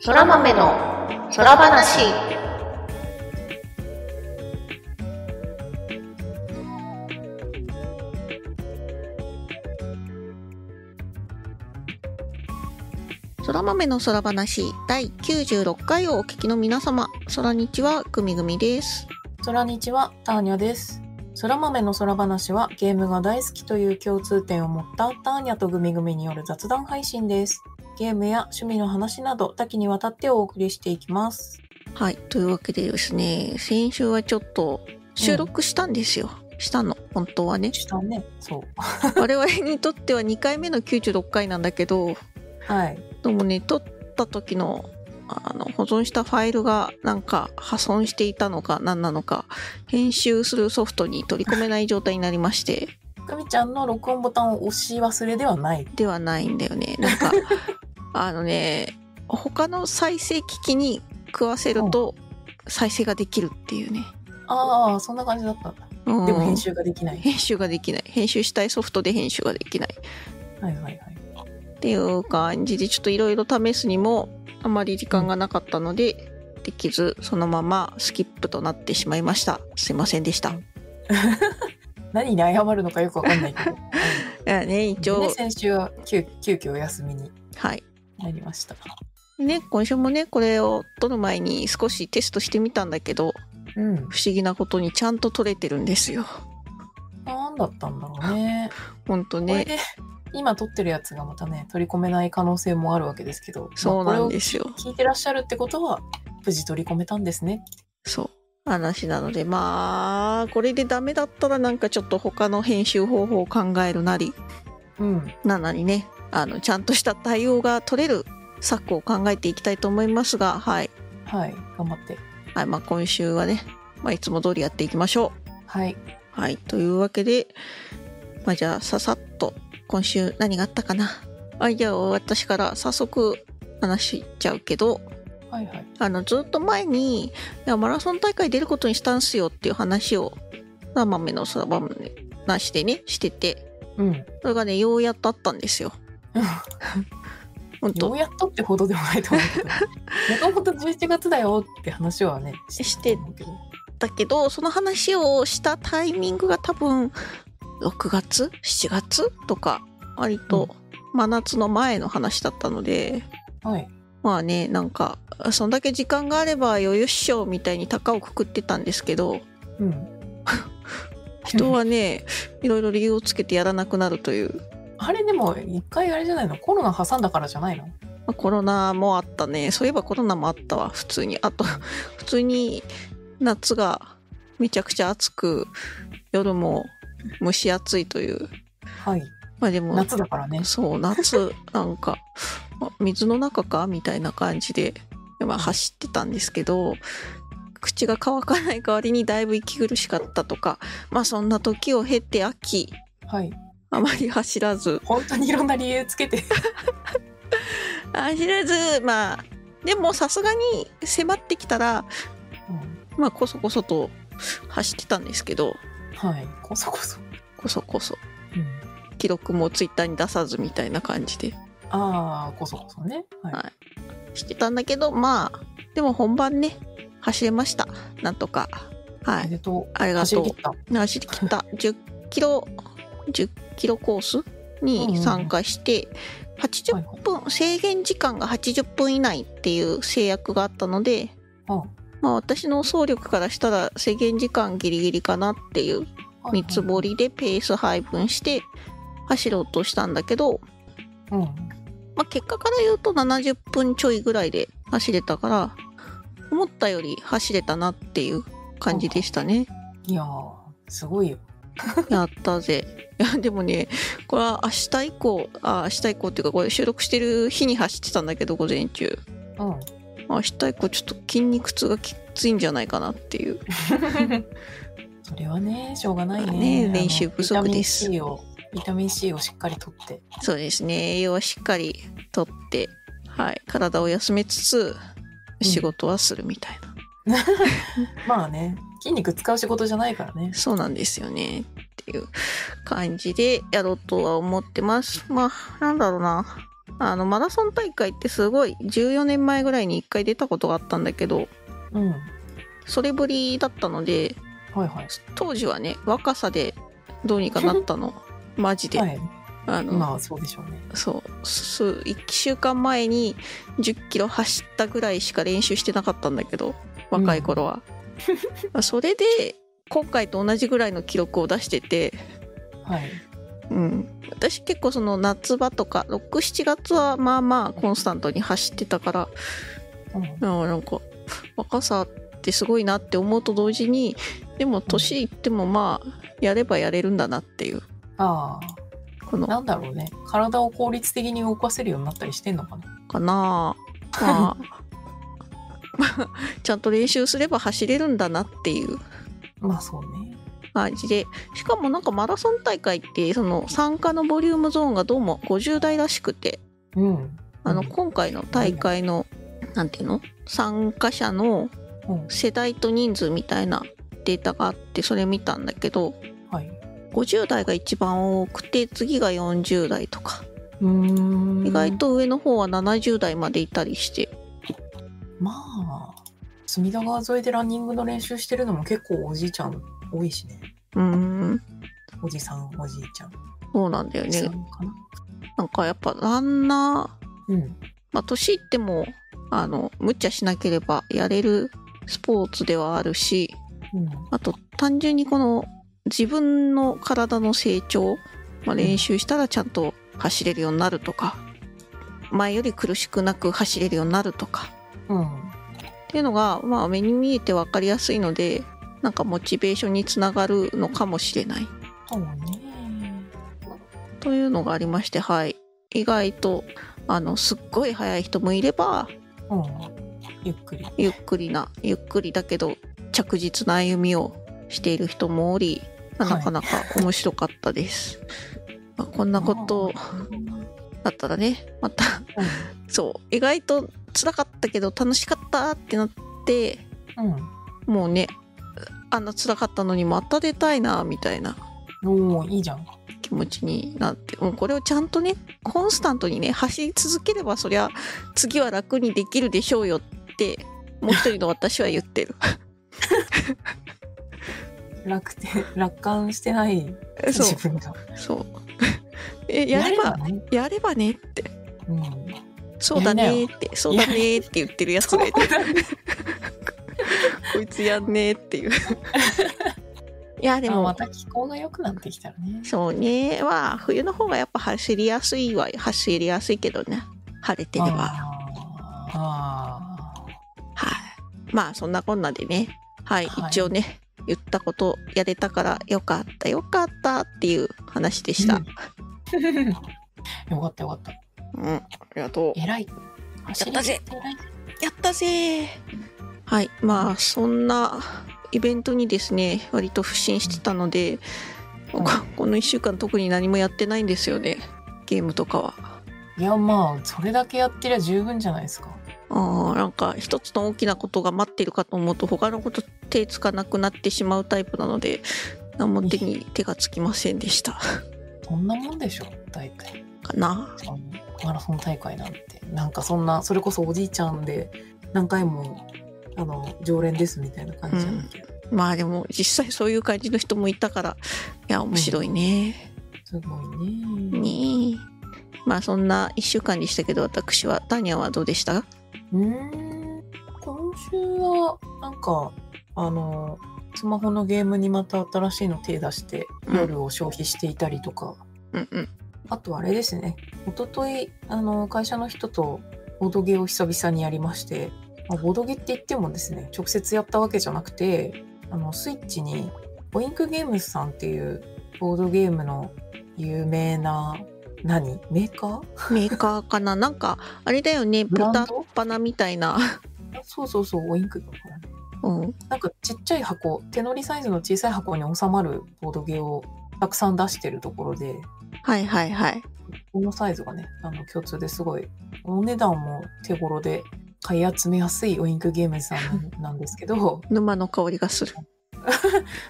そら豆の空話。そら豆の空話第96回をお聞きの皆様、そらにちはぐみぐみです。空日はターニャです。空豆の空話はゲームが大好きという共通点を持ったターニャとグミグミによる雑談配信です。ゲームや趣味の話など多岐にわたってお送りしていきます。。はい、というわけでですね、先週はちょっと収録したんですよ。したの、本当は ねしたね。そう。我々にとっては2回目の96回なんだけど、はい。でもね、撮った時の、あの、保存したファイルがなんか破損していたのか何なのか、編集するソフトに取り込めない状態になりまして、グミちゃんの録音ボタンを押し忘れではない。ではないんだよね。なん か、あのね、他の再生機器に食わせると再生ができるっていうね。ああ、そんな感じだったんだ。うんでも編集ができない。編集ができない。編集したいソフトで編集ができない。はいはいはい。っていう感じで、ちょっといろいろ試すにもあまり時間がなかったので、できず、そのままスキップとなってしまいました。すいませんでした。何に謝るのかよくわかんないけいど。やね、 一う応んね、、先週は急急遽お休みにはい。なりました。ね、今週もね、これを撮る前に少しテストしてみたんだけど、うん。不思議なことにちゃんと撮れてるんですよ。なんだったんだろうね。ほんとこれね。で今撮ってるやつがまたね取り込めない可能性もあるわけですけどそうまあなんこれをですよ。聞いてらっしゃるってことは無事取り込めたんですねそう。話なので、まあ、これでダメだったらなんかちょっと他の編集方法を考えるなり、うんななりね、あの、ちゃんとした対応が取れる策を考えていきたいと思いますが、はい。はい頑張ってはい、まあ今週はね、まあいつも通りやっていきましょ。はいうはい。というわけで、まあじゃあささっと今週何があったかな。あ、じゃあ私から早速話しちゃうけど、はいはいあの、ずっと前に、いや、マラソン大会出ることにしたんすよっていう話を、ラマメのそばなしでね、してて、うんそれがね、ようやっとあったんですよ。本ど当うやったってほどでもないと思うけど もともと11月だよって話はねしてたと思うけどだけど、その話をしたタイミングが多分、6月 ?7 月とか、割と、真夏の前の話だったので、はいまあね、なんか、そんだけ時間があれば余裕っしょみたいに高をくくってたんですけど、うん人はね、いろいろ理由をつけてやらなくなるという、あれでも一回あれじゃないのコロナ挟んだからじゃないのまあコロナもあったねそういえばコロナもあったわ普通にあと 普通に夏がめちゃくちゃ暑く夜も蒸し暑いというはいまあでも夏だからねそう 夏なんかあ水の中かみたいな感じで、まあ、走ってたんですけど口が乾かない代わりにだいぶ息苦しかったとかまあそんな時を経て秋はいあまり走らず本当にいろんな理由つ けて 走らずまあでもさすがに迫ってきたらうんまあ、こそこそと走ってたんですけど、はいこそこそこそこそ。うん記録もツイッターに出さずみたいな感じで、ああ、こそこそね。はい。はいしてたんだけど、まあ、でも本番ね、走れました。なんとか。はおめい。でとありう。が走とり切っう。た。走り切った。10キロ、10キロコースうんうんうにん参加して、は80いはい分、制限時間が80分以内っていう制約があったので、うんまあ私の走力からしたら制限時間ギリギリかなっていうはい見積も。りでペース配分して走ろうとしたんだけど、うん。まあ、結果から言うと70分ちょいぐらいで走れたから思ったより走れたなっていう感じでしたね。いやー、すごいよ。やったぜ。いやでもねこれは明日以降あ明日以降っていうかこれ収録してる日に走ってたんだけど午前中うん。明日以降ちょっと筋肉痛がきついんじゃないかなっていうそれはね、しょうがないねね。あの練習不足ですビタミン C を、ビタミン C をしっかりとって。そうですね栄養はしっかりとって、はい、体を休めつつ仕事はするみたいな。まあね、筋肉使う仕事じゃないからね。そうなんですよね。っていう感じでやろうとは思ってます。まあ、なんだろうな。あのマラソン大会ってすごい14年前ぐらいに1回出たことがあったんだけどうん。はそれぶりだったのでいはい。当時はね若さでどうにかなった のマジで、はい。あの、まあ、そうでしょうね。そうす1週間前に1 0キロ走ったぐらいしか練習してなかったんだけど若い頃は、まあそれで今回と同じぐらいの記録を出してて、はい。うん、私結構その夏場とか67月はまあまあコンスタントに走ってたからうん。あーなんか若さってすごいなって思うと同時にでも年いってもまあやればやれるんだなっていうあこあ、のなんだろうね。体を効率的に動かせるようになったりしてんのかな。かなあまあ まあちゃんと練習すれば走れるんだなっていうまあ、そうね。感じでしかもなんかマラソン大会ってその参加のボリュームゾーンがどうも50代らしくてうん。あのうん今回の大会のなんていうの参加者のうん。世代と人数みたいなデータがあってそれ見たんだけどはい。 50代が一番多くて次が40代とかうーん。意外。と上の方は70代までいたりしてまあ、隅田川沿いでランニングの練習してるのも結構おじいちゃん多いしね。うーんおじさん、おじいちゃん。そうなんだよおじねさんかな。なんかやっぱランナーうん。まあ年いってもあの無茶しなければやれるスポーツではあるしうん。あと単純にこの自分の体の成長、まあ、練習したらちゃんと走れるようになるとか前より苦しくなく走れるようになるとかうん。っていうのが、まあ、目に見えて分かりやすいのでなんかモチベーションにつながるのかもしれないそうね。というのがありましてはい意外とあのすっごい速い人もいればうん。ゆっくり。ゆっくりなゆっくりだけど着実な歩みをしている人もおり、まあはいなかなか面白かったです、まあこんなことだったらねまたそう意外と辛かったけど楽しかったってなってうん。もうねあんな辛かったのにまた出たいなみたいなうん。おーいいじゃん。気持ちになってもうこれをちゃんとねコンスタントにね走り続ければそりゃ次は楽にできるでしょうよってもう一人の私は言ってる楽天、 楽観してないそ自う分が。そうえやればね。やればねってうん。そうだねーってそうだねーって言ってるやつそうがいてだね。こいつやんねーっていういやででもも また気候が良くなってきたらね。そうねは冬の方がやっぱ走りやすいは走りやすいけどね晴れてればあーあはいまあそんなこんなでねはい、はい一応ね言ったことやれたからよかったよかったっていう話でした、ー。よかったよかった。うんありがとう偉い。ったぜ走り偉い。やったぜはいまあそんなイベントにですね割と不審してたので、うんここの1週間特に何もやってないんですよねゲームとかはいやまあそれだけやってりゃ十分じゃないですか。あーなんか一つの大きなことが待ってるかと思うと他のこと手つかなくなってしまうタイプなので何も手に手がつきませんでしたそんなもんでしょ大体。かなあのマラソン大会なんてなんかそんなそれこそおじいちゃんで何回もあの常連ですみたいな感じじゃなくて、まあでも実際そういう感じの人もいたからいや面白いね、すごいねねえまあそんな1週間でしたけど私はタニアはどうでしたうーん今週はなんかあのスマホのゲームにまた新しいの手出してうん夜を消費していたりとか、うんうんあとあれですね一昨日あの会社の人とボードゲーを久々にやりまして、まあボードゲーって言ってもですね直接やったわけじゃなくてあのスイッチにボインクゲームズさんっていうボードゲームの有名な何メーカーメーカーかななんかあれだよねブ豚ランドっ鼻みたいな、あそうそうそうボインクだからうん、なんかちっちゃい箱手乗りサイズの小さい箱に収まるボードゲーをたくさん出してるところではいはいはいこのサイズがねあの共通ですごいお値段も手頃で買い集めやすいウインクゲームズさん なんなんですけど沼の香りがする、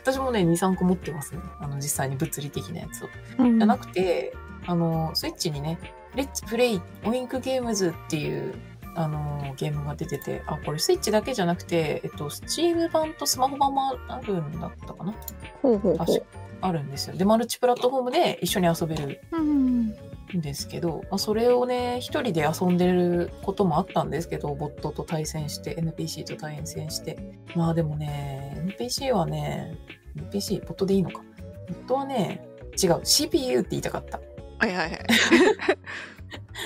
私もね23個持ってますねあの実際に物理的なやつを。うんじゃなくてあのスイッチにねレッツプレイウィンクゲームズっていう、あのーゲームが出てて、あ、これスイッチだけじゃなくて、えっと、スチーム版とスマホ版もあるんだったかなほうほうほ確うか。あるんですよ。で、マルチプラットフォームで一緒に遊べるうん。んですけど、まあ、それをね、一人で遊んでることもあったんですけど、ボットと対戦して、NPC と対戦して。まあでもね、NPC はね、NPC、ボットでいいのか。ボットはね、違う、CPU って言いたかった。はいはい はい。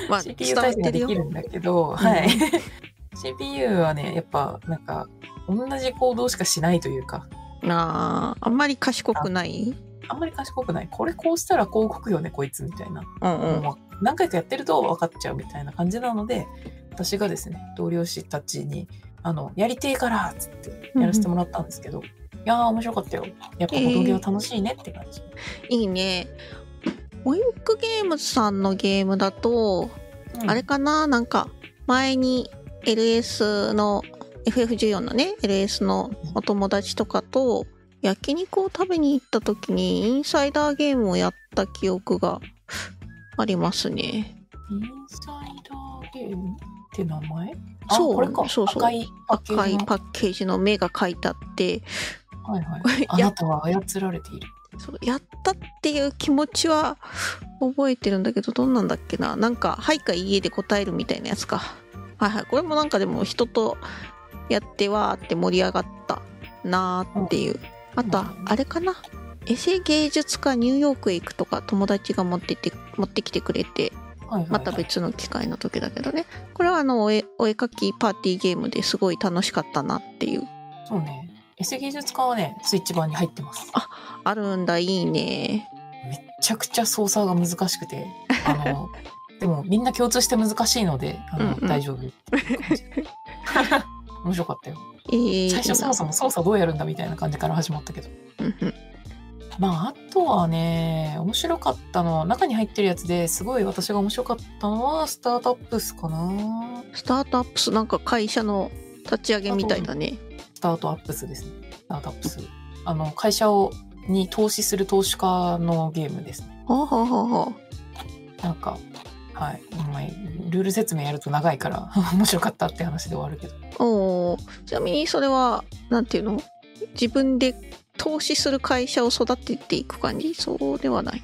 まあ、伝 CPU わっ対てる戦がでよき。るんだけど、はい。CPU はね、やっぱなんか、同じ行動しかしないというか、なあ、あんまり賢くないあんまり賢くない。これこうしたらこう動くよね、こいつみたいな。うんうん。もう何回かやってると分かっちゃうみたいな感じなので、私がですね、同僚師たちに、あの、やりてえからっつってやらせてもらったんですけど、いやー面白かったよ。やっぱ踊りは楽しいねって感じ。いいね。ウインクゲームズさんのゲームだと、うんあれかななんか前に LS の FF14 のね LS のお友達とかと焼肉を食べに行った時にインサイダーゲームをやった記憶がありますね。インサイダーゲームって名前あ、そうこれか。そうそう赤いパッケー赤ジいの。パッケージの目が書いてあってはいはい。あこ れやなたは操られている。そうやったっていう気持ちは覚えてるんだけどどんなんだっけななんか「はい」か「いいえ」で答えるみたいなやつか。はいはいこれもなんかでも人とやってわーって盛り上がったなーっていう。あとはあれかなエセ芸術家ニューヨークへ行くとか友達が持ってて持ってきてくれてはいはいはいまた別の機会の時だけどねこれはあのお絵お絵描きパーティーゲームですごい楽しかったなっていうそうね。エセ芸術家はね、スイッチ版に入ってます。あるんだいいねめっちゃくちゃ操作が難しくて、あ の、でもみんな共通して難しいので、あの、うんうん大 丈夫って感じ。面白かったよ。えー、最初そもそも操作どうやるんだみたいな感じから始まったけど。うんうんまあ、あとはね、面白かったのは、中に入ってるやつですごい私が面白かったのは、スタートアップスかな。スタートアップスなんか会社の立ち上げみたいだね。スタートアップスですね。スタートアップス。あの、会社を、に投資する投資家のゲームですね。はあはあはあはなんか、はい、まあルール説明やると長いから 面白かったって話で終わるけど、あ。おーちなみにそれはなんていうの自分で投資する会社を育てていく感じそうではない。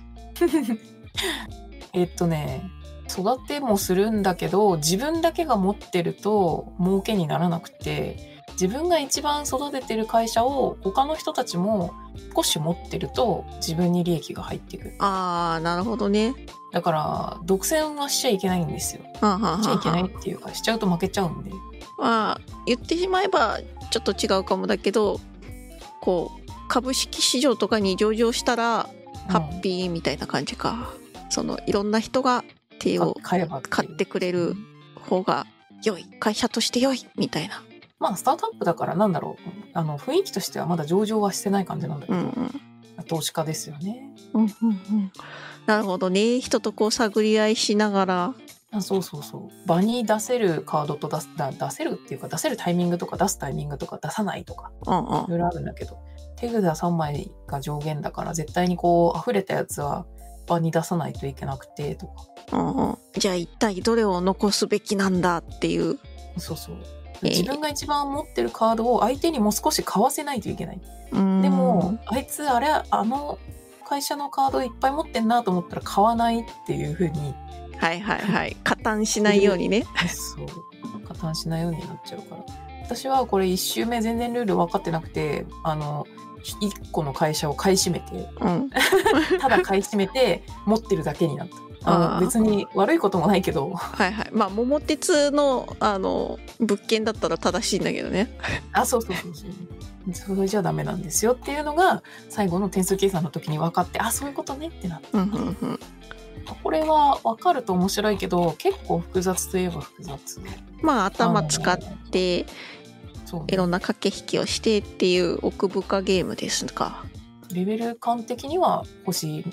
えっとね育てもするんだけど自分だけが持ってると儲けにならなくて自分が一番育ててる会社を他の人たちも少し持ってると自分に利益が入ってくるああなるほどね。だから独占はしちゃいけないんですよはあはあしちゃいけないはっていうかしちゃうと負けちゃうんであ、まあ、言ってしまえばちょっと違うかもだけどこう株式市場とかに上場したらハッピーみたいな感じか。そのいろんな人が手を買えばいう買ってくれる方が良い会社として良いみたいな。まあスタートアップだからなんだろうあの雰囲気としてはまだ上場はしてない感じなんだけうど、んうん投資家ですよね。うんうんうんなるほどね人とこう探り合いしながらあそうそうそう場に出せるカードと出すだ出せるっていうか出せるタイミングとか出すタイミングとか出さないとかうんうんいろいろあるんだけど手札3枚が上限だから絶対にこう溢れたやつは場に出さないといけなくてとかうんうんじゃあ一体どれを残すべきなんだっていうそうそうえー自分が一番持ってるカードを相手にもう少し買わせないといけないででもあいつあれあの会社のカードいっぱい持ってんなと思ったら買わないっていうふうにはいはいはい加担しないようにねそう加担しないようになっちゃうから私はこれ1周目全然ルール分かってなくてあの1個の会社を買い占め てうんただ買い占めて持ってるだけになったあのあー別に悪いこともないけどはいはいまあ桃鉄のあの物件だったら正しいんだけどねあそうそうそうそうそれじゃダメなんですよっていうのが最後の点数計算の時に分かってあそういうことねってなっうんうんうんたこれは分かると面白いけど結構複雑といえば複雑まあ頭使っあのてそういろんな駆け引きをしてっていう奥深ゲームですかレベル感的には星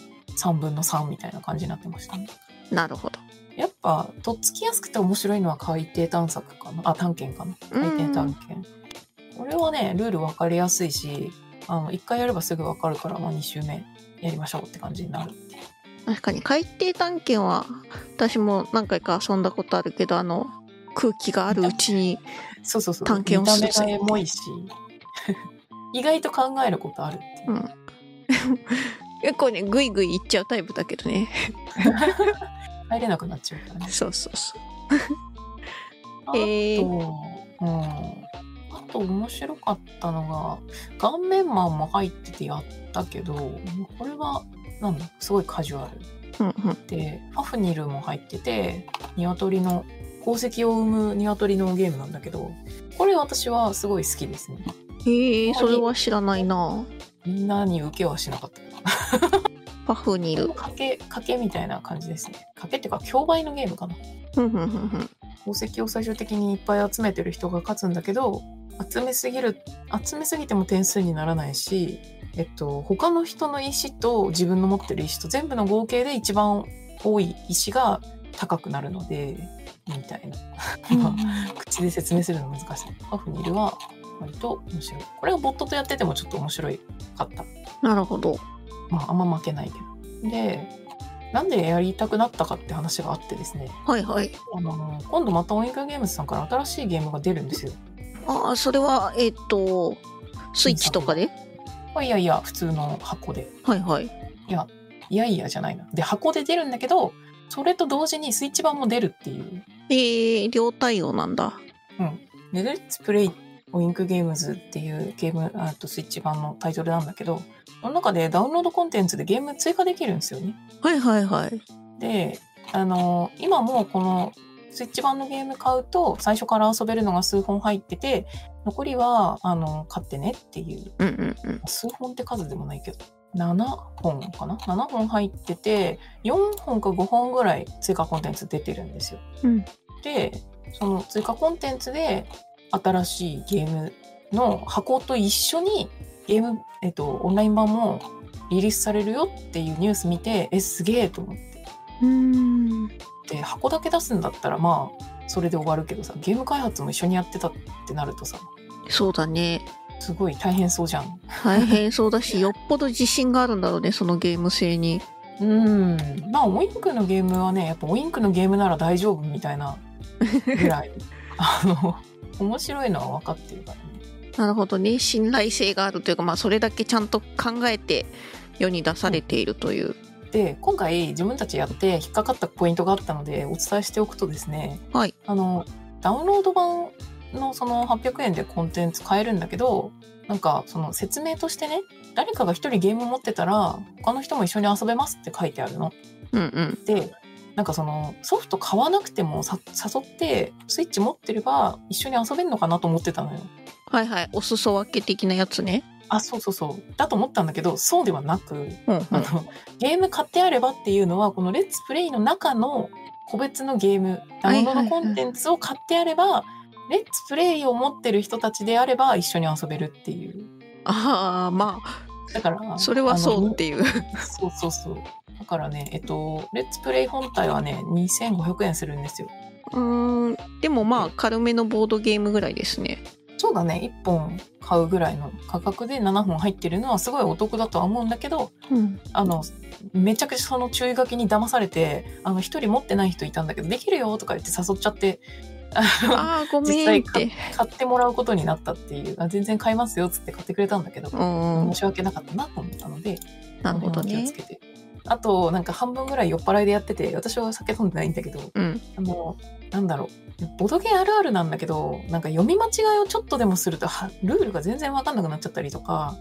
3分の3みたいな感じになってましたねなるほどやっぱとっつきやすくて面白いのは海底探索かなあ探検かなうん海底探検これはねルール分かりやすいしあの1回やればすぐ分かるから、まあ、2周目やりましょうって感じになる確かに海底探検は私も何回か遊んだことあるけどあの空気があるうちにそうそうそう。探検をする見た目がエモいし。意外と考えることあるっていううん結構ねグイグイいっちゃうタイプだけどね 入れなくなっちゃうからね。そうそうそうあと、えーうん。あと面白かったのが、顔面マンも入っててやったけど、これは、なんだ、すごいカジュアル。うんうんで、ファフニルも入ってて、鶏の、宝石を生む鶏のゲームなんだけど、これ私はすごい好きですね。へえそれは知らないなみんなに受けはしなかったけど。パフにいる賭け、賭けみたいな感じですね。賭けっていうか、競売のゲームかな。うんうんうんうん宝石を最終的にいっぱい集めてる人が勝つんだけど集めすぎる集めすぎても点数にならないし、えっと、他の人の石と自分の持ってる石と全部の合計で一番多い石が高くなるのでみたいなまあ口で説明するの難しいハーフニルは割と面白いこれはボットとやっててもちょっと面白かったなるほどまああんま負けないけどでなんでやりたくなったかって話があってですねはいはいあの今度またオインクゲームズさんから新しいゲームが出るんですよ。ああそれはえっ、とスイッチとかでまあいやいや普通の箱ではいはいいやいやじゃないな。で箱で出るんだけどそれと同時にスイッチ版も出るっていう。えー、両対応なんだでレッツプレイオインクゲームズっていうゲームあとスイッチ版のタイトルなんだけどその中でダウンロードコンテンツでゲーム追加できるんですよね。はいはいはいであの今もうこのスイッチ版のゲーム買うと最初から遊べるのが数本入ってて残りはあの買ってねっていううんうんうん数本って数でもないけど7本かな7本入ってて4本か5本ぐらい追加コンテンツ出てるんですよ。うんでその追加コンテンツで新しいゲームの箱と一緒にゲーム、えっと、オンライン版もリリースされるよっていうニュース見てえすげえと思ってうーんで箱だけ出すんだったらまあそれで終わるけどさゲーム開発も一緒にやってたってなるとさそうだねすごい大変そうじゃん大変そうだしよっぽど自信があるんだろうねそのゲーム性にうんまあオインクのゲームはねやっぱオインクのゲームなら大丈夫みたいなぐ らいあの面白いのは分かってるからねなるほどね信頼性があるというか、まあ、それだけちゃんと考えて世に出されているという、で今回自分たちやって引っかかったポイントがあったのでお伝えしておくとですねはいあのダウンロード版のその800円でコンテンツ買えるんだけどなんかその説明としてね誰かが一人ゲーム持ってたら他の人も一緒に遊べますって書いてあるの。うんうんでなんかそのソフト買わなくてもさ誘ってスイッチ持ってれば一緒に遊べるのかなと思ってたのよ。はいはいお裾分け的なやつねあそうそうそうだと思ったんだけどそうではなくうんあのゲーム買ってあればっていうのはこの「レッツプレイ」の中の個別のゲームダウンロードコンテンツを買ってあれば、レッツプレイを持ってる人たちであれば一緒に遊べるっていうああまあだからそれはそうっていうあのそうそうそうだからねえっとレッツプレイ本体はね2500円するんですようーんでもまあ軽めのボードゲームぐらいですねそうだね1本買うぐらいの価格で7本入ってるのはすごいお得だとは思うんだけどうんあのめちゃくちゃその注意書きに騙されてあの一人持ってない人いたんだけどできるよとか言って誘っちゃってあのああご実めんっ際買てっ買ってもらうことになったっていうあ全然買いますよっつって買ってくれたんだけど、うん申し訳なかったなと思ったのでなるほどこの辺はね気をつけてあとなんか半分ぐらい酔っ払いでやってて私は酒飲んでないんだけどうん あのなんだろうボドゲあるあるなんだけどなんか読み間違いをちょっとでもするとはルールが全然わかんなくなっちゃったりとか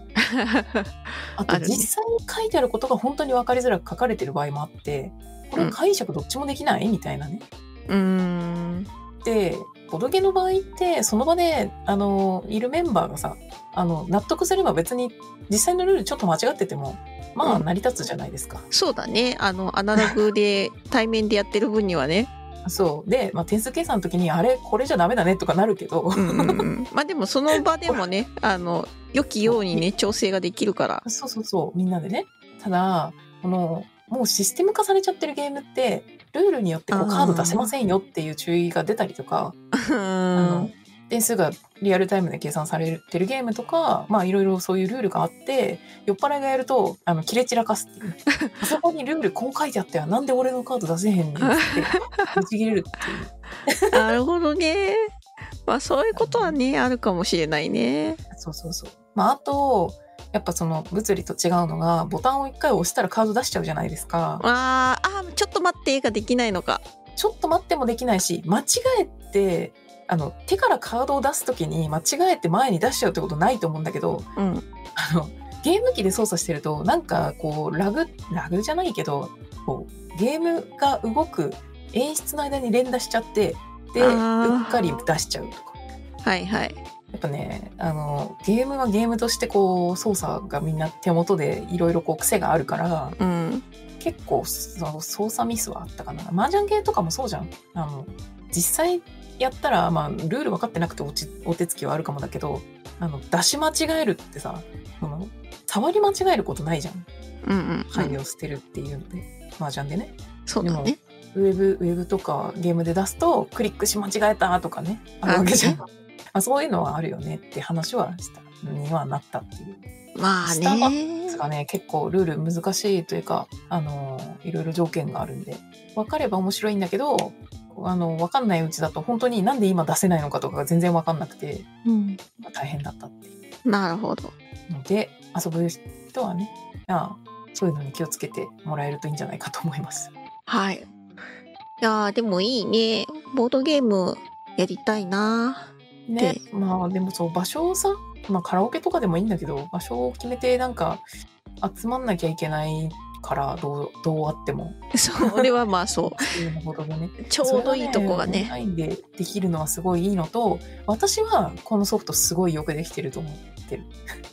ああとるね実際に書いてあることが本当に分かりづらく書かれてる場合もあってこれ解釈どっちもできないみたいなね。うーんでボドゲの場合ってその場であのいるメンバーがさあの納得すれば別に実際のルールちょっと間違っててもまあうん成り立つじゃないですか。そうだねあのアナログで対面でやってる分にはねそうで、まあ、点数計算の時にあれこれじゃダメだねとかなるけど うんうんうん まあでもその場でもねあの良きようにね調整ができるからそうそうそう、みんなでね。ただ、この、もうシステム化されちゃってるゲームって、ルールによってこあうーカード出せませんよっていう注意が出たりとか、うーあのん点数がリアルタイムで計算されてるゲームとか、まあいろいろそういうルールがあって、酔っ払いがやると、あの、切れ散らかすって いう。あそこにルールこう書いてあったよ。なんで俺のカード出せへんねんっつって、 ぶち切れるっていう。なるほどね。まあそういうことはね、あるかもしれないね。そうそうそう。まああと、やっぱその物理と違うのが、ボタンを一回押したらカード出しちゃうじゃないですか。あーあー、ちょっと待ってができないのか。ちょっと待ってもできないし、間違えて、あの、手からカードを出すときに間違えて前に出しちゃうってことないと思うんだけど、うん。あの、ゲーム機で操作してると、なんかこう、ラグ、ラグじゃないけど、こう、ゲームが動く演出の間に連打しちゃって、で、あうーっかり出しちゃうとか。はいはい。やっぱね、あの、ゲームはゲームとしてこう、操作がみんな手元でいろいろこう、癖があるから、うん。結構その操作ミスはあったかな麻雀系とかもそうじゃんあの実際やったら、まあ、ルール分かってなくておちお手つきはあるかもだけどあの出し間違えるってさその触り間違えることないじゃんうんうん、う牌ん。を捨てるっていうので、麻雀でねそうだね。ウェブウェブとかゲームで出すとクリックし間違えたとかねあるわけじゃん、あそういうのはあるよねって話はしたにはなったっていうまあスタバねです。がね結構ルール難しいというかあのいろいろ条件があるんで分かれば面白いんだけどあの分かんないうちだと本当になんで今出せないのかとかが全然分かんなくて、うん。まあ大変だったっていうなるほど。ので遊ぶ人はねあそういうのに気をつけてもらえるといいんじゃないかと思います。はい。いやーでもいいね。ボードゲームやりたい な。ねで、まあでもそう場所をさ、まあ、カラオケとかでもいいんだけど場所を決めてなんか集まんなきゃいけないからどうどうあってもそれはまあそそういうほどでねう。ちょうどいいとこがそれね。はオンラインでできるのはすごいいいのと、私はこのソフトすごいよくできてると思ってる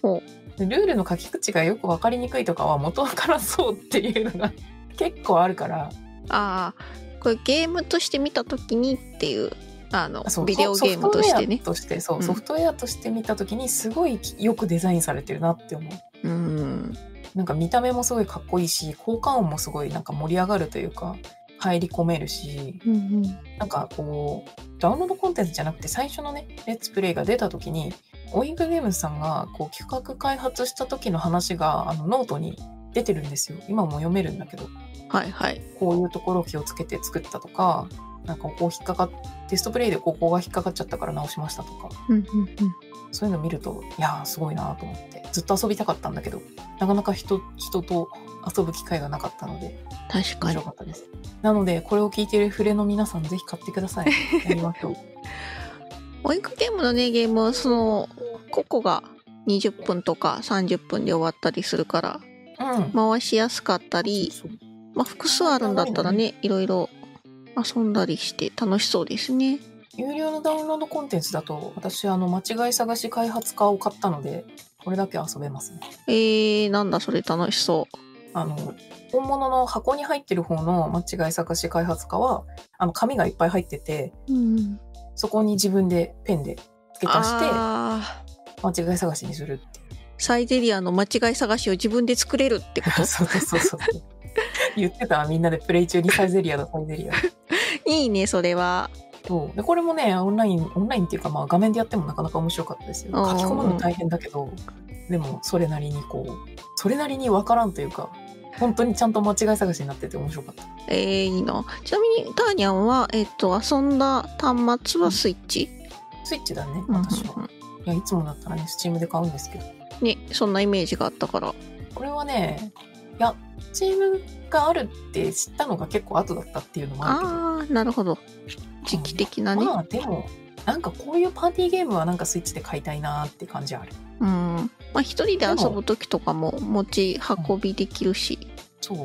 ほ。ルールの書き口がよく分かりにくいとかは元からそうっていうのが 結構あるからああ、これゲームとして見たときにっていう、あのそ、うビデオソゲームとしてねソフトウェア。としてそううんソフトウェアとして見た時にすごいよくデザインされてるなって思ううん。なんか見た目もすごいかっこいいし効果音もすごいなんか盛り上がるというか入り込めるしうんうん。なんかこう、ダウンロードコンテンツじゃなくて最初のね、レッツプレイが出た時に、オインクゲームズさんがこう企画開発した時の話があのノートに出てるんですよ。今も読めるんだけど、はいはい。こういうところを気をつけて作ったとか、なんかここ引っかかっ、テストプレイでここが引っかかっちゃったから直しましたとか、うんうんうん。そういうの見ると、いやーすごいなと思って、ずっと遊びたかったんだけど、なかなか人、人と遊ぶ機会がなかったので、確面かに白。かったです。なので、これを聞いてるフレの皆さん、ぜひ買ってください。やりましょう。保育ゲームのね、ゲームはその、個々が20分とか30分で終わったりするから、うん。回しやすかったり、そうそうまあ複数あるんだったらね、いろいろ遊んだりして楽しそうですね。有料のダウンロードコンテンツだと私あの間違い探し開発家を買ったのでこれだけ遊べますねえー、なんだそれ楽しそあの本物の箱に入ってる方の間違い探し開発家はあの紙がいっぱい入っててう。うん。そこに自分でペンで付け足してあー間違い探しにするっていサイゼリアの間違い探しを自分で作れるってこう そうそうそうそう言ってたみんなでプレイ中にサイゼリアだサイゼリアだと。いいね、それは。そうでこれもねオンラインオンラインっていうか、まあ、画面でやってもなかなか面白かったですようん書き込むの大変だけどでもそれなりにこうそれなりに分からんというか本当にちゃんと間違い探しになってて面白かったえー、いいな。ちなみに、ターニャンは、えっ、と、遊んだ端末はスイッチ、スイッチだね私は、うんうんいやいつもだったらね Steam で買うんですけどうんね、そんなイメージがあったから。これはねいやチームがあるって知ったのが結構後だったっていうのもあるけどあー、なるほど。時期的なね。まあでもなんかこういうパーティーゲームはなんかスイッチで買いたいなーって感じあるうん。まあ、一人で遊ぶ時とかも持ち運びできるし。そう。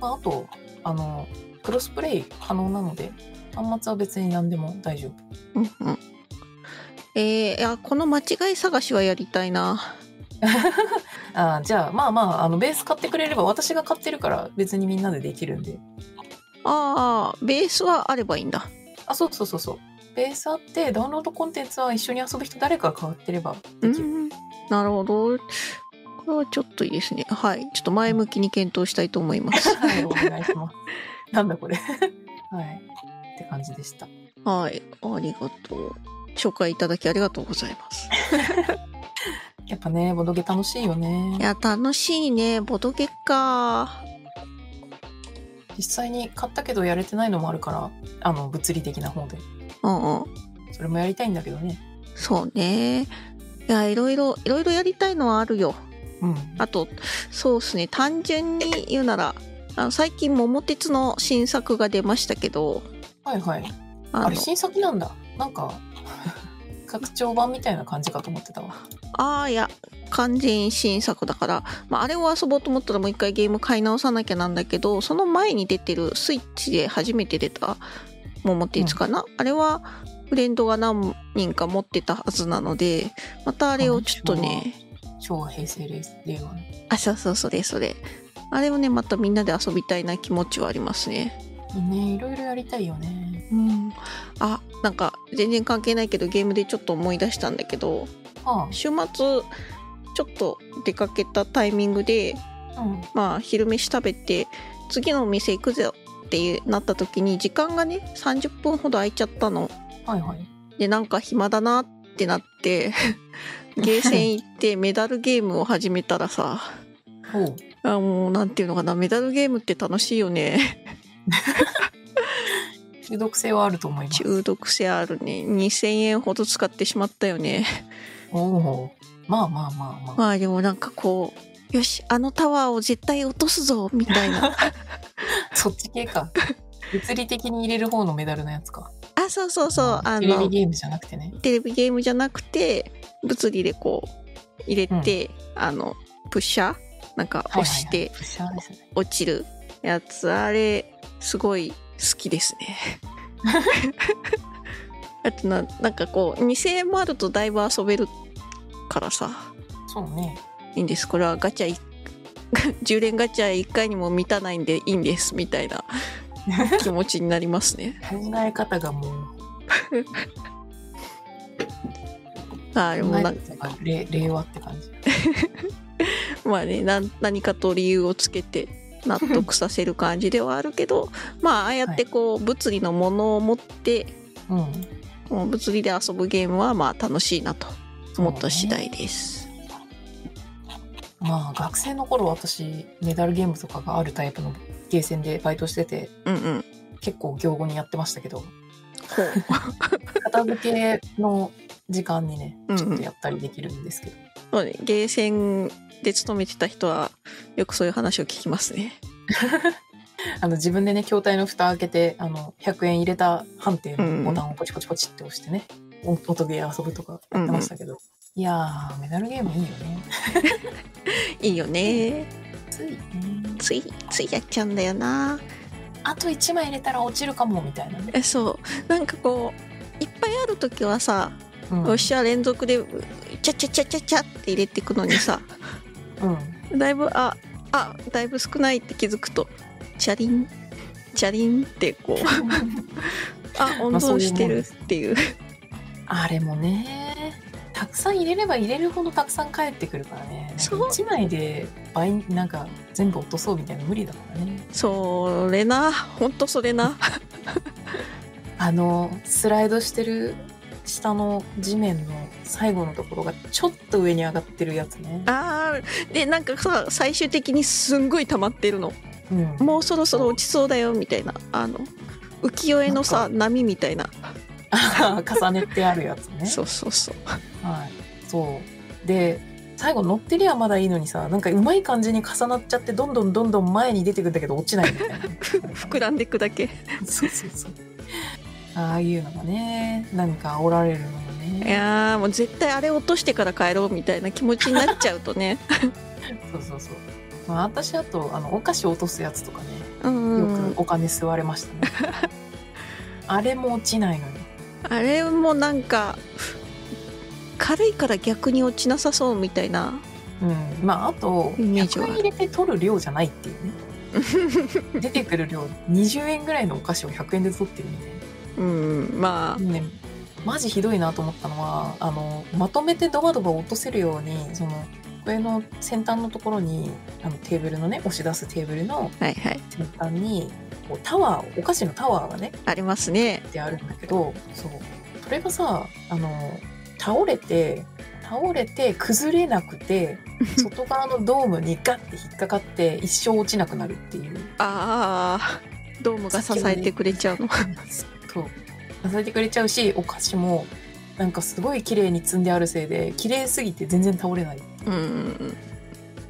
まあ、あと、あの、クロスプレイ可能なので、端末は別に何でも大丈夫。うんうん。えー、いや、この間違い探しはやりたいな。あーじゃあ、まあまあ、あの、ベース買ってくれれば、私が買ってるから、別にみんなでできるんで。あー、ベースはあればいいんだ。あ、そうそうそうそう。ベースあって、ダウンロードコンテンツは一緒に遊ぶ人誰かが買ってればうできる。ん、なるほど。これはちょっといいですね。はい。ちょっと前向きに検討したいと思います。はい、お願いし ます。なんだこれ。はい。って感じでした。はい。ありがとう。紹介いただきありがとうございます。やっぱね、ボドゲ楽しいよねい。や、楽しいね。ボドゲか。実際に買ったけどやれてないのもあるから、あの、物理的な方で。うんうん。それもやりたいんだけどね。そうね。いや、いろいろ、いろいろやりたいのはあるよ。うん。あと、そうですね。単純に言うなら、あの最近、桃鉄の新作が出ましたけど、はいはい。ああのれ、新作なんだ。なんか、拡張版みたいな感じかと思ってたわ。ああ、いや、完全新作だから、まあ、あれを遊ぼうと思ったらもう一回ゲーム買い直さなきゃなんだけど、その前に出てるスイッチで初めて出た桃鉄かな、あれはフレンドが何人か持ってたはずなので、またあれをちょっとね、昭和、平成、令令和の。あ、そうそう、それそれ。あれをね、またみんなで遊びたいな気持ちはありますね。いいね、いろいろやりたいよね。うん。あ、なんか全然関係ないけど、ゲームでちょっと思い出したんだけど、は週末、ちょっと出かけたタイミングで、あ、うん。まあ昼飯食べて次のお店行くぜってなった時に時間がね30分ほど空いちゃったのはいはい。でなんか暇だなってなってゲーセン行ってメダルゲームを始めたらさほう。あもうなんていうのかなメダルゲームって楽しいよね中毒性はあると思います。中毒性あるね2000円ほど使ってしまったよねおお。まあまあまあまあ。まあでもなんかこうよしあのタワーを絶対落とすぞみたいなそっち 系か。物理的に入れる方のメダルのやつか。あそうそうそうあテレのビゲームじゃなくてね。テレビゲームじゃなくて物理でこう入れて、あのプッシャーなんか押してプッシャーですね。落ちるやつ、あれすごい好きですね。あとななんかこう2,000円もあるとだいぶ遊べるからさそうね。いいんですこれはガチャい 10連ガチャ1回にも満たないんでいいんですみたいな気持ちになりますね。考え方がもう、あーで考もえなん方が令令和って感じ。まあね、なん何かと理由をつけて納得させる感じではあるけどまあああやってこう物理のものを持って、うん。もう物理で遊ぶゲームはまあ楽しいなと思った次そうね。第です。まあ学生の頃私、メダルゲームとかがあるタイプのゲーセンでバイトしてて、うんうん。結構行後にやってました けど、ほう。 片付けの時間にね、うんうんちょっとやったりできるんですけど。そうね、ゲーセンで勤めてた人はよくそういう話を聞きますね。あの自分でね筐体の蓋開けてあの100円入れた判定のボタンをポチポチポチって押してね、お音で遊ぶとかやってましたけど、いやーメダルゲームいいよねいいよね。ついねついついやっちゃうんだよな。あと1枚入れたら落ちるかもみたいなね、えそうなんかこういっぱいある時はさ、うん、よっしゃ連続でちゃちゃちゃちゃちゃって入れていくのにさ。うんだいぶああだいぶ少ないって気づくとチャリンチャリンってこうあ温 まあそう存いうしもんてるでっすていう あれもねたくさん入れれば入れるほどたくさん返ってくるからねそう1枚で倍なんか全部落とそうみたいなの無理だからねそれなほんとそれなあのスライドしてる下の地面の最後のところがちょっと上に上がってるやつね。あーでなんかさ最終的にすんごい溜まってるのうん、もうそろそろ落ちそうだよみたいなあの浮世絵のさ波みたいな、あ ー重ねてあるやつね。そうそうそう はい、そうで最後乗ってりゃまだいいのにさなんかうまい感じに重なっちゃってどんどんどんどん前に出てくんだけど落ちない みたいな。膨らんでくだけそうそうそう。ああいうのがねなんかおられるのがいね。やーもう絶対あれ落としてから帰ろうみたいな気持ちになっちゃうと ねそうそうそう。まあ私あとあのお菓子落とすやつとかねうんよくお金吸われましたね。 あれも落ちないのに。あれもなんか軽いから逆に落ちなさそうみたいなうん、まああとイメージ100はあ円る入れて取る量じゃないって いうね出てくる量20円ぐらいのお菓子を100円で取ってるみたいうんまな、ね、マジひどいなと思ったのはあのまとめてドバドバ落とせるようにその上の先端のところにあのテーブルのね押し出すテーブルのあはいはい先端にこうタワーお菓子のタワーがねありますねってあるんだけどそうれがさあの倒れて倒れて崩れなく て外側のドームにガッて引っかかって一生落ちなくなるっていうああドームが支えてくれちゃうのそう支えてくれちゃうしお菓子もなんかすごい綺麗に積んであるせいで綺麗すぎて全然倒れないうんうん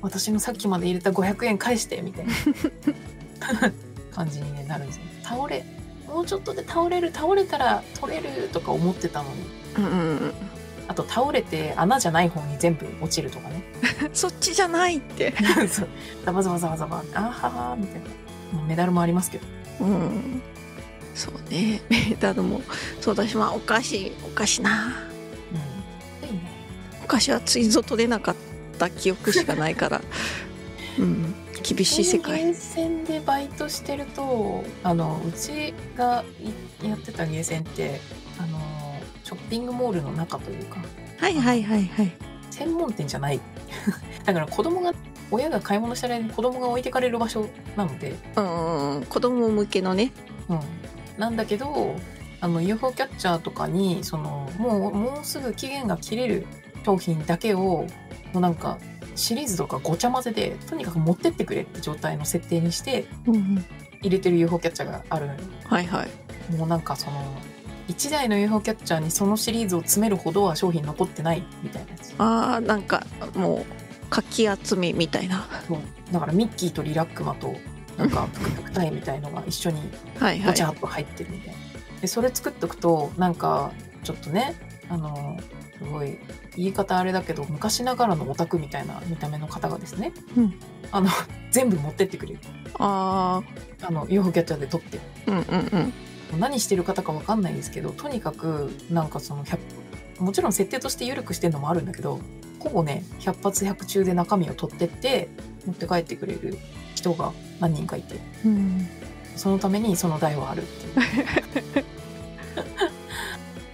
私のさっきまで入れた500円返してみたいな 感じに、ね、なるんですよ倒れもうちょっとで倒れる倒れたら取れるとか思ってたのにうんうんうんあと倒れて穴じゃない方に全部落ちるとかねそっちじゃないってそうザバザバザバザバあーははみたいなもうメダルもありますけどうんそうね メダルもそうだしまあお菓子お菓子なうんいいねお菓子はついぞ取れなかった記憶しかない からうん厳しい世界ゲーセンでバイトしてるとあのうちがいやってたゲーセンってあのショッピングモールの中というかはいはいはいはい専門店じゃない だから子供が親が買い物したら子供が置いてかれる場所なので、うんうん子供向けのねうん、なんだけどあの UFO キャッチャーとかにそのもうもうすぐ期限が切れる商品だけをもうなんかシリーズとかごちゃ混ぜでとにかく持ってってくれって状態の設定にしてうんうん入れてる UFO キャッチャーがあるのよはいはいもうなんかその1台の UFO キャッチャーにそのシリーズを詰めるほどは商品残ってないみたいなやつあーなんかもうかき集めみたい なそうだからミッキーとリラックマとなんかプクプクタイみたいのが一緒にはいはごいちゃっと入ってるみたいな、でそれ作っとくとなんかちょっとねあのすごい言い方あれだけど昔ながらのオタクみたいな見た目の方がですね、うんあの全部持ってってくれるああの UFO キャッチャーで撮ってーうんうん何してる方かわかんないですけどとにかくなんかその100もちろん設定として緩くしてるのもあるんだけどほぼね100発100中で中身を取ってって持って帰ってくれる人が何人かいてうんうんそのためにその台はあるっていう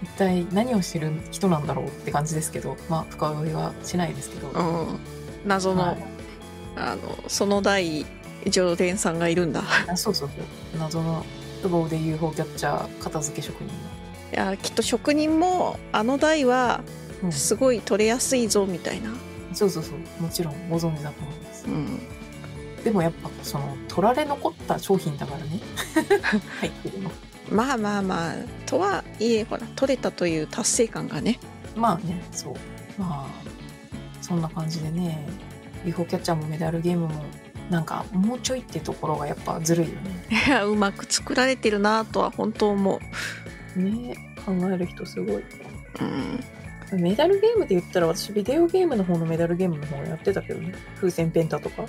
一体何をしてる人なんだろうって感じですけどまあ深追いはしないですけど、うん謎の、はいあのその代常連さんがいるん だあそうそうそう謎の都合で UFO キャッチャー片付け職人いやーきっと職人もあの台はの、うんそすごい取れやすいぞみたいな、うそうそうもちろんご存知だと思いますうん、でもやっぱその取られ残った商品だから ね入ってるのまあまあまあとはいえほら取れたという達成感がねまあねそうまあそんな感じでね UFO キャッチャーもメダルゲームもなんかもうちょいってところがやっぱずるいよね いやうまく作られてるなとは本当思、ね考える人すごいううん、メダルゲームで言ったら私ビデオゲームの方のメダルゲームの方やってたけどね風船ペンタとか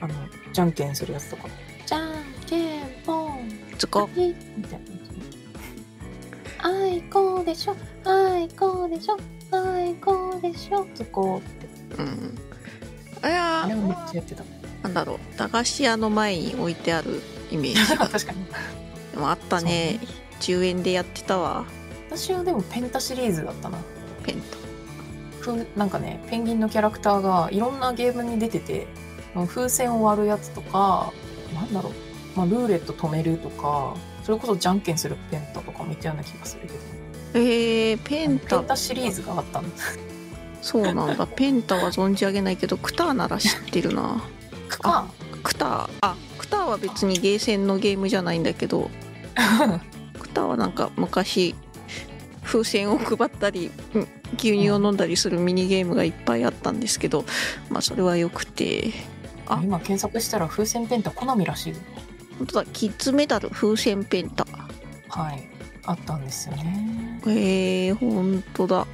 あのじゃんけんするやつとかじゃんけんぽんつこみたいなあいこでしょあいこでしょあいこでしょそこっうてんいやあれもめっちゃーやってたなんだろう駄菓子屋の前に置いてあるイメージ確かにでもあったね10円でやってたわ私はでもペンタシリーズだったなペンとふなんかねペンギンのキャラクターがいろんなゲームに出てて風船を割るやつとかなんだろう、まあ、ルーレット止めるとかそれこそじゃんけんするペンタとか見たような気がするけどえー、ペンペタンタシリーズがあったのそうなんだペンタは存じ上げないけどクターなら知ってるなかクターあクターは別にゲーセンのゲームじゃないんだけどクターはなんか昔風船を配ったりうん牛乳を飲んだりするミニゲームがいっぱいあったんですけどまあそれはよくてあ今検索したら風船ペンタコナミらしいよ本当だキッズメダル風船ペンタはいあったんですよねえー、本当だ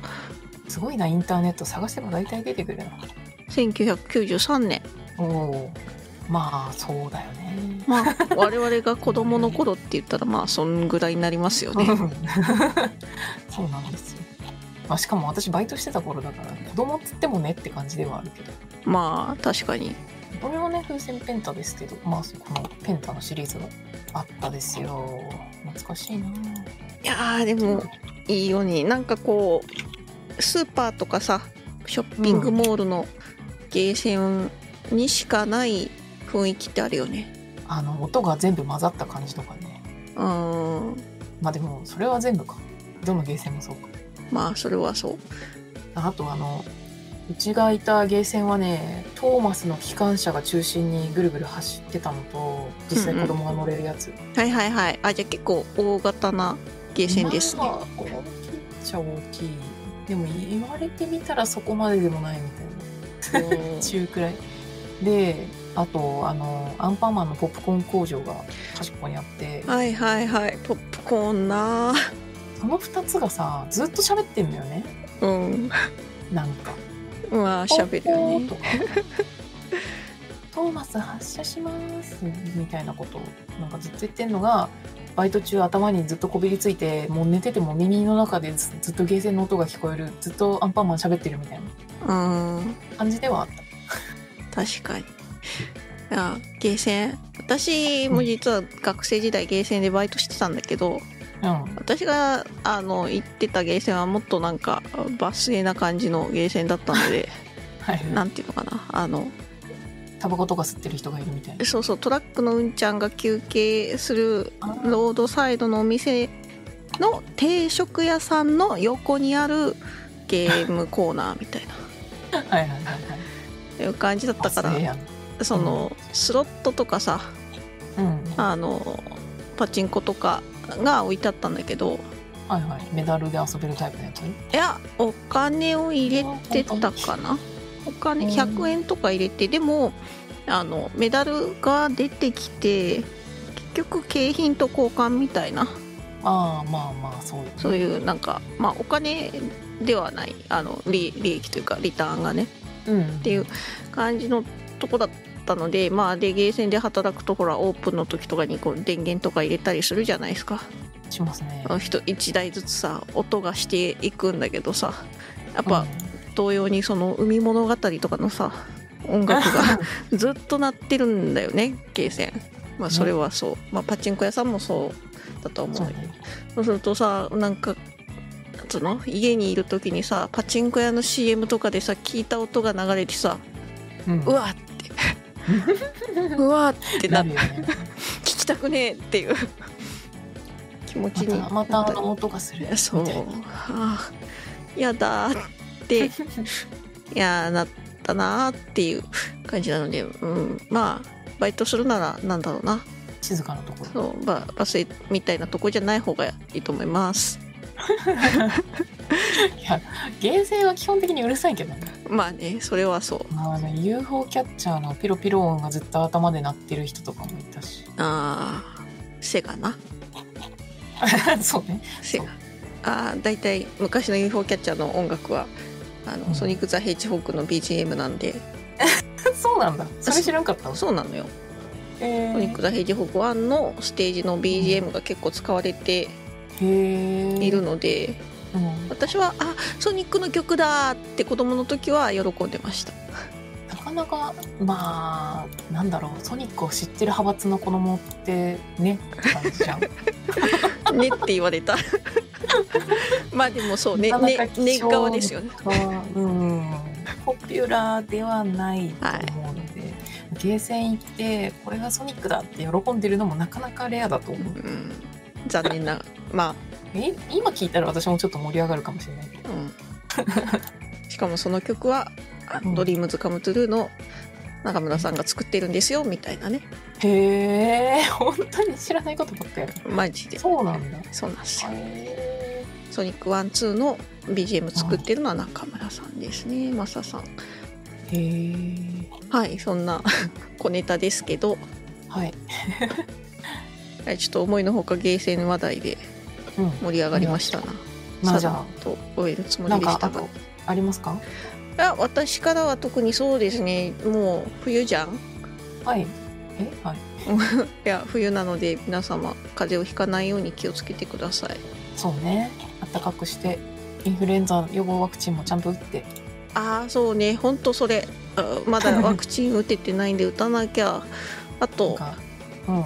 すごいなインターネット探せば大体出てくるな1993年おおまあそうだよねまあ我々が子供の頃って言ったらまあそんぐらいになりますよね そうなんですよ、まあ、しかも私バイトしてた頃だから子供っつってもねって感じではあるけどまあ確かにこれもね風船ペンタですけどまあこのペンタのシリーズがあったですよ懐かしいないやーでもいいようになんかこうスーパーとかさショッピングモールのゲーセンにしかない雰囲気ってあるよねあの音が全部混ざった感じとかねうーんまあでもそれは全部かどのゲーセンもそうかまあそれはそうあとあのうちがいたゲーセンはねトーマスの機関車が中心にぐるぐる走ってたのと実際子供が乗れるやつ、はいはいはいあじゃあ結構大型なゲーセンですねまあ大きいっちゃ大きいでも言われてみたらそこまででもないみたいなうん中くらいであとあのアンパンマンのポップコーン工場が端っこにあってはいはいはいポップコーンなその2つがさずっと喋ってんだよねうんなんかまあ喋るよポンねポンと かトーマス発車しますみたいなことをなんかずっと言ってんのがバイト中頭にずっとこびりついてもう寝てても耳の中でずずっとゲーセンの音が聞こえるずっとアンパンマン喋ってるみたいなうん感じではあった確かにいやゲーセン私も実は学生時代ゲーセンでバイトしてたんだけどうん私があの行ってたゲーセンはもっとなんかバスへな感じのゲーセンだったの ではいなんていうのかなあのタバコとか吸ってる人がいるみたいなそうそうトラックのうんちゃんが休憩するロードサイドのお店の定食屋さんの横にあるゲームコーナーみたいなはいはいはいはいいう感じだったかあすげえらやんそのスロットとかさうんあのパチンコとかが置いてあったんだけどはいはいメダルで遊べるタイプのやついやお金を入れてたかなお金うん100円とか入れてでもあのメダルが出てきて結局景品と交換みたいなああまあまあそうよそういうなんか、まあ、お金ではないあの利利益というかリターンがねうんっていう感じのとこだったのでまあでゲーセンで働くとほらオープンの時とかにこう電源とか入れたりするじゃないですかしますねあの人1台ずつさ音がしていくんだけどさやっうぱん同様にその海物語とかのさ音楽 がずっと鳴ってるんだよねゲーセン。まあそれはそう、まあ、パチンコ屋さんもそうだと思うそうよねそうするとさなんかなんつうの家にいる時にさパチンコ屋の CM とかでさ聞いた音が流れてさうんうわーって うわーってなな聞るよねきたくねえって いう気持ちまにたまたあの音がするみたい なそうあーやだー っていやーなったなーっていう感じなので、うん、まあバイトするならなんだろうな静かなところそう、まあ、バスみたいなとこじゃない方がいいと思いますゲーセンは基本的にうるさいけどねまあね それはそうまあね UFO キャッチャーのピロピロ音がずっと頭で鳴ってる人とかもいたし ああセガなそうね セガああ大体昔の UFO キャッチャーの音楽はあの、うんソニック・ザ・ヘッジホークの BGM なんでそうなんだそれ知らんかったのそうなのよ、えソニック・ザ・ヘッジホーク1のステージの BGM が結構使われてへえいるので、うん私は「あソニックの曲だ!」って子供の時は喜んでま したなかなかまあなんだろうソニックを知ってる派閥の子供って ねって感じじゃ「んね」って言われた まあでもそうねなかなかね貴重ね側ですよねうんポピュラーではないと思うので、ゲーセン行ってこれがソニックだって喜んでるのもなかなかレアだと思ううん残念なまえ今聞いたら私もちょっと盛り上がるかもしれないけどあ、 うん、しかもその曲は「うんドリームズカムトゥルーの中村さんが作ってるんですよみたいなねへえ本当に知らないことばっかやるマジでそうなんだへそうなんですよえソニック12の BGM 作ってるのは中村さんですねマサさんはいそんな 小ネタですけどはいはいちょっと思いのほかゲーセン話題でうん盛り上がりましたな。まあじさゃらあっと終えるつもなりんでかしあたがと。ありますかあ私からは特にそうですねもう冬じゃんはいえはいいや冬なので皆様風邪をひかないように気をつけてくださいそうねあったかくしてインフルエンザ予防ワクチンもちゃんと打ってああそうねほんとそれあま だワクチン打ててないんで打たなきゃあなんとかうん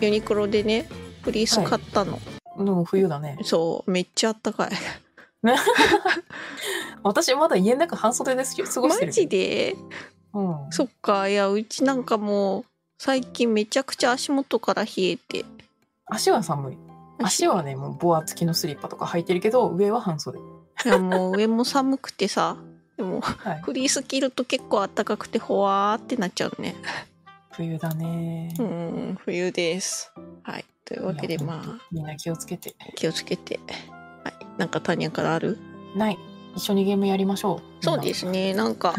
ユニクロでねフリース買ったの、でも冬だねそうめっちゃあったかい私まだ家の中半袖ですよ過ごしてるマジでうんそっかいやうちなんかもう最近めちゃくちゃ足元から冷えて足は寒い足はね、もうボア付きのスリッパとか履いてるけど、上は半袖。いやもう上も寒くてさでもはい。フリース着ると結構暖かくてほわーってなっちゃうね冬だね。うん冬ですはいというわけでいやまほんあとみんな気をつけて。気をつけてはいなんかタニアからあるない。一緒にゲームやりましょう。そうですねなん か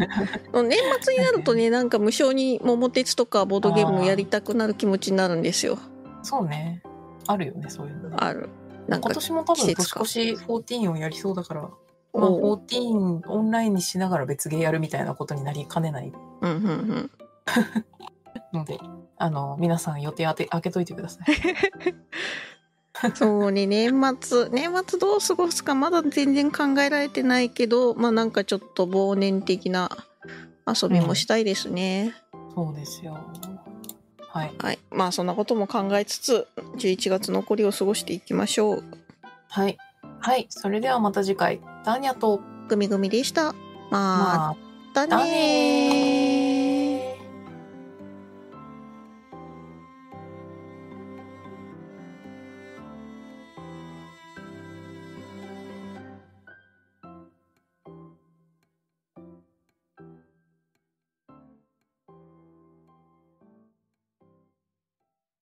年末になるとねなんか無償に桃鉄とかボードゲームをやりたくなる気持ちになるんですよみんな。そうね。あるよね、そういうのね。あるなんか今年も多分季年越節かし14をやりそうだから、まあ、おう14オンラインにしながら別ゲーやるみたいなことになりかねないうんうんうんので、あの、皆さん予定あて開けといてください。そうね年末年末どう過ごすかまだ全然考えられてないけどまあなんかちょっと忘年的な遊びもしたいですね、そうですよ。はい。はいまあそんなことも考えつつ11月残りを過ごしていきましょうはい。はい。それではまた次回。ダーニャと、グミグミでしたまあまだあねー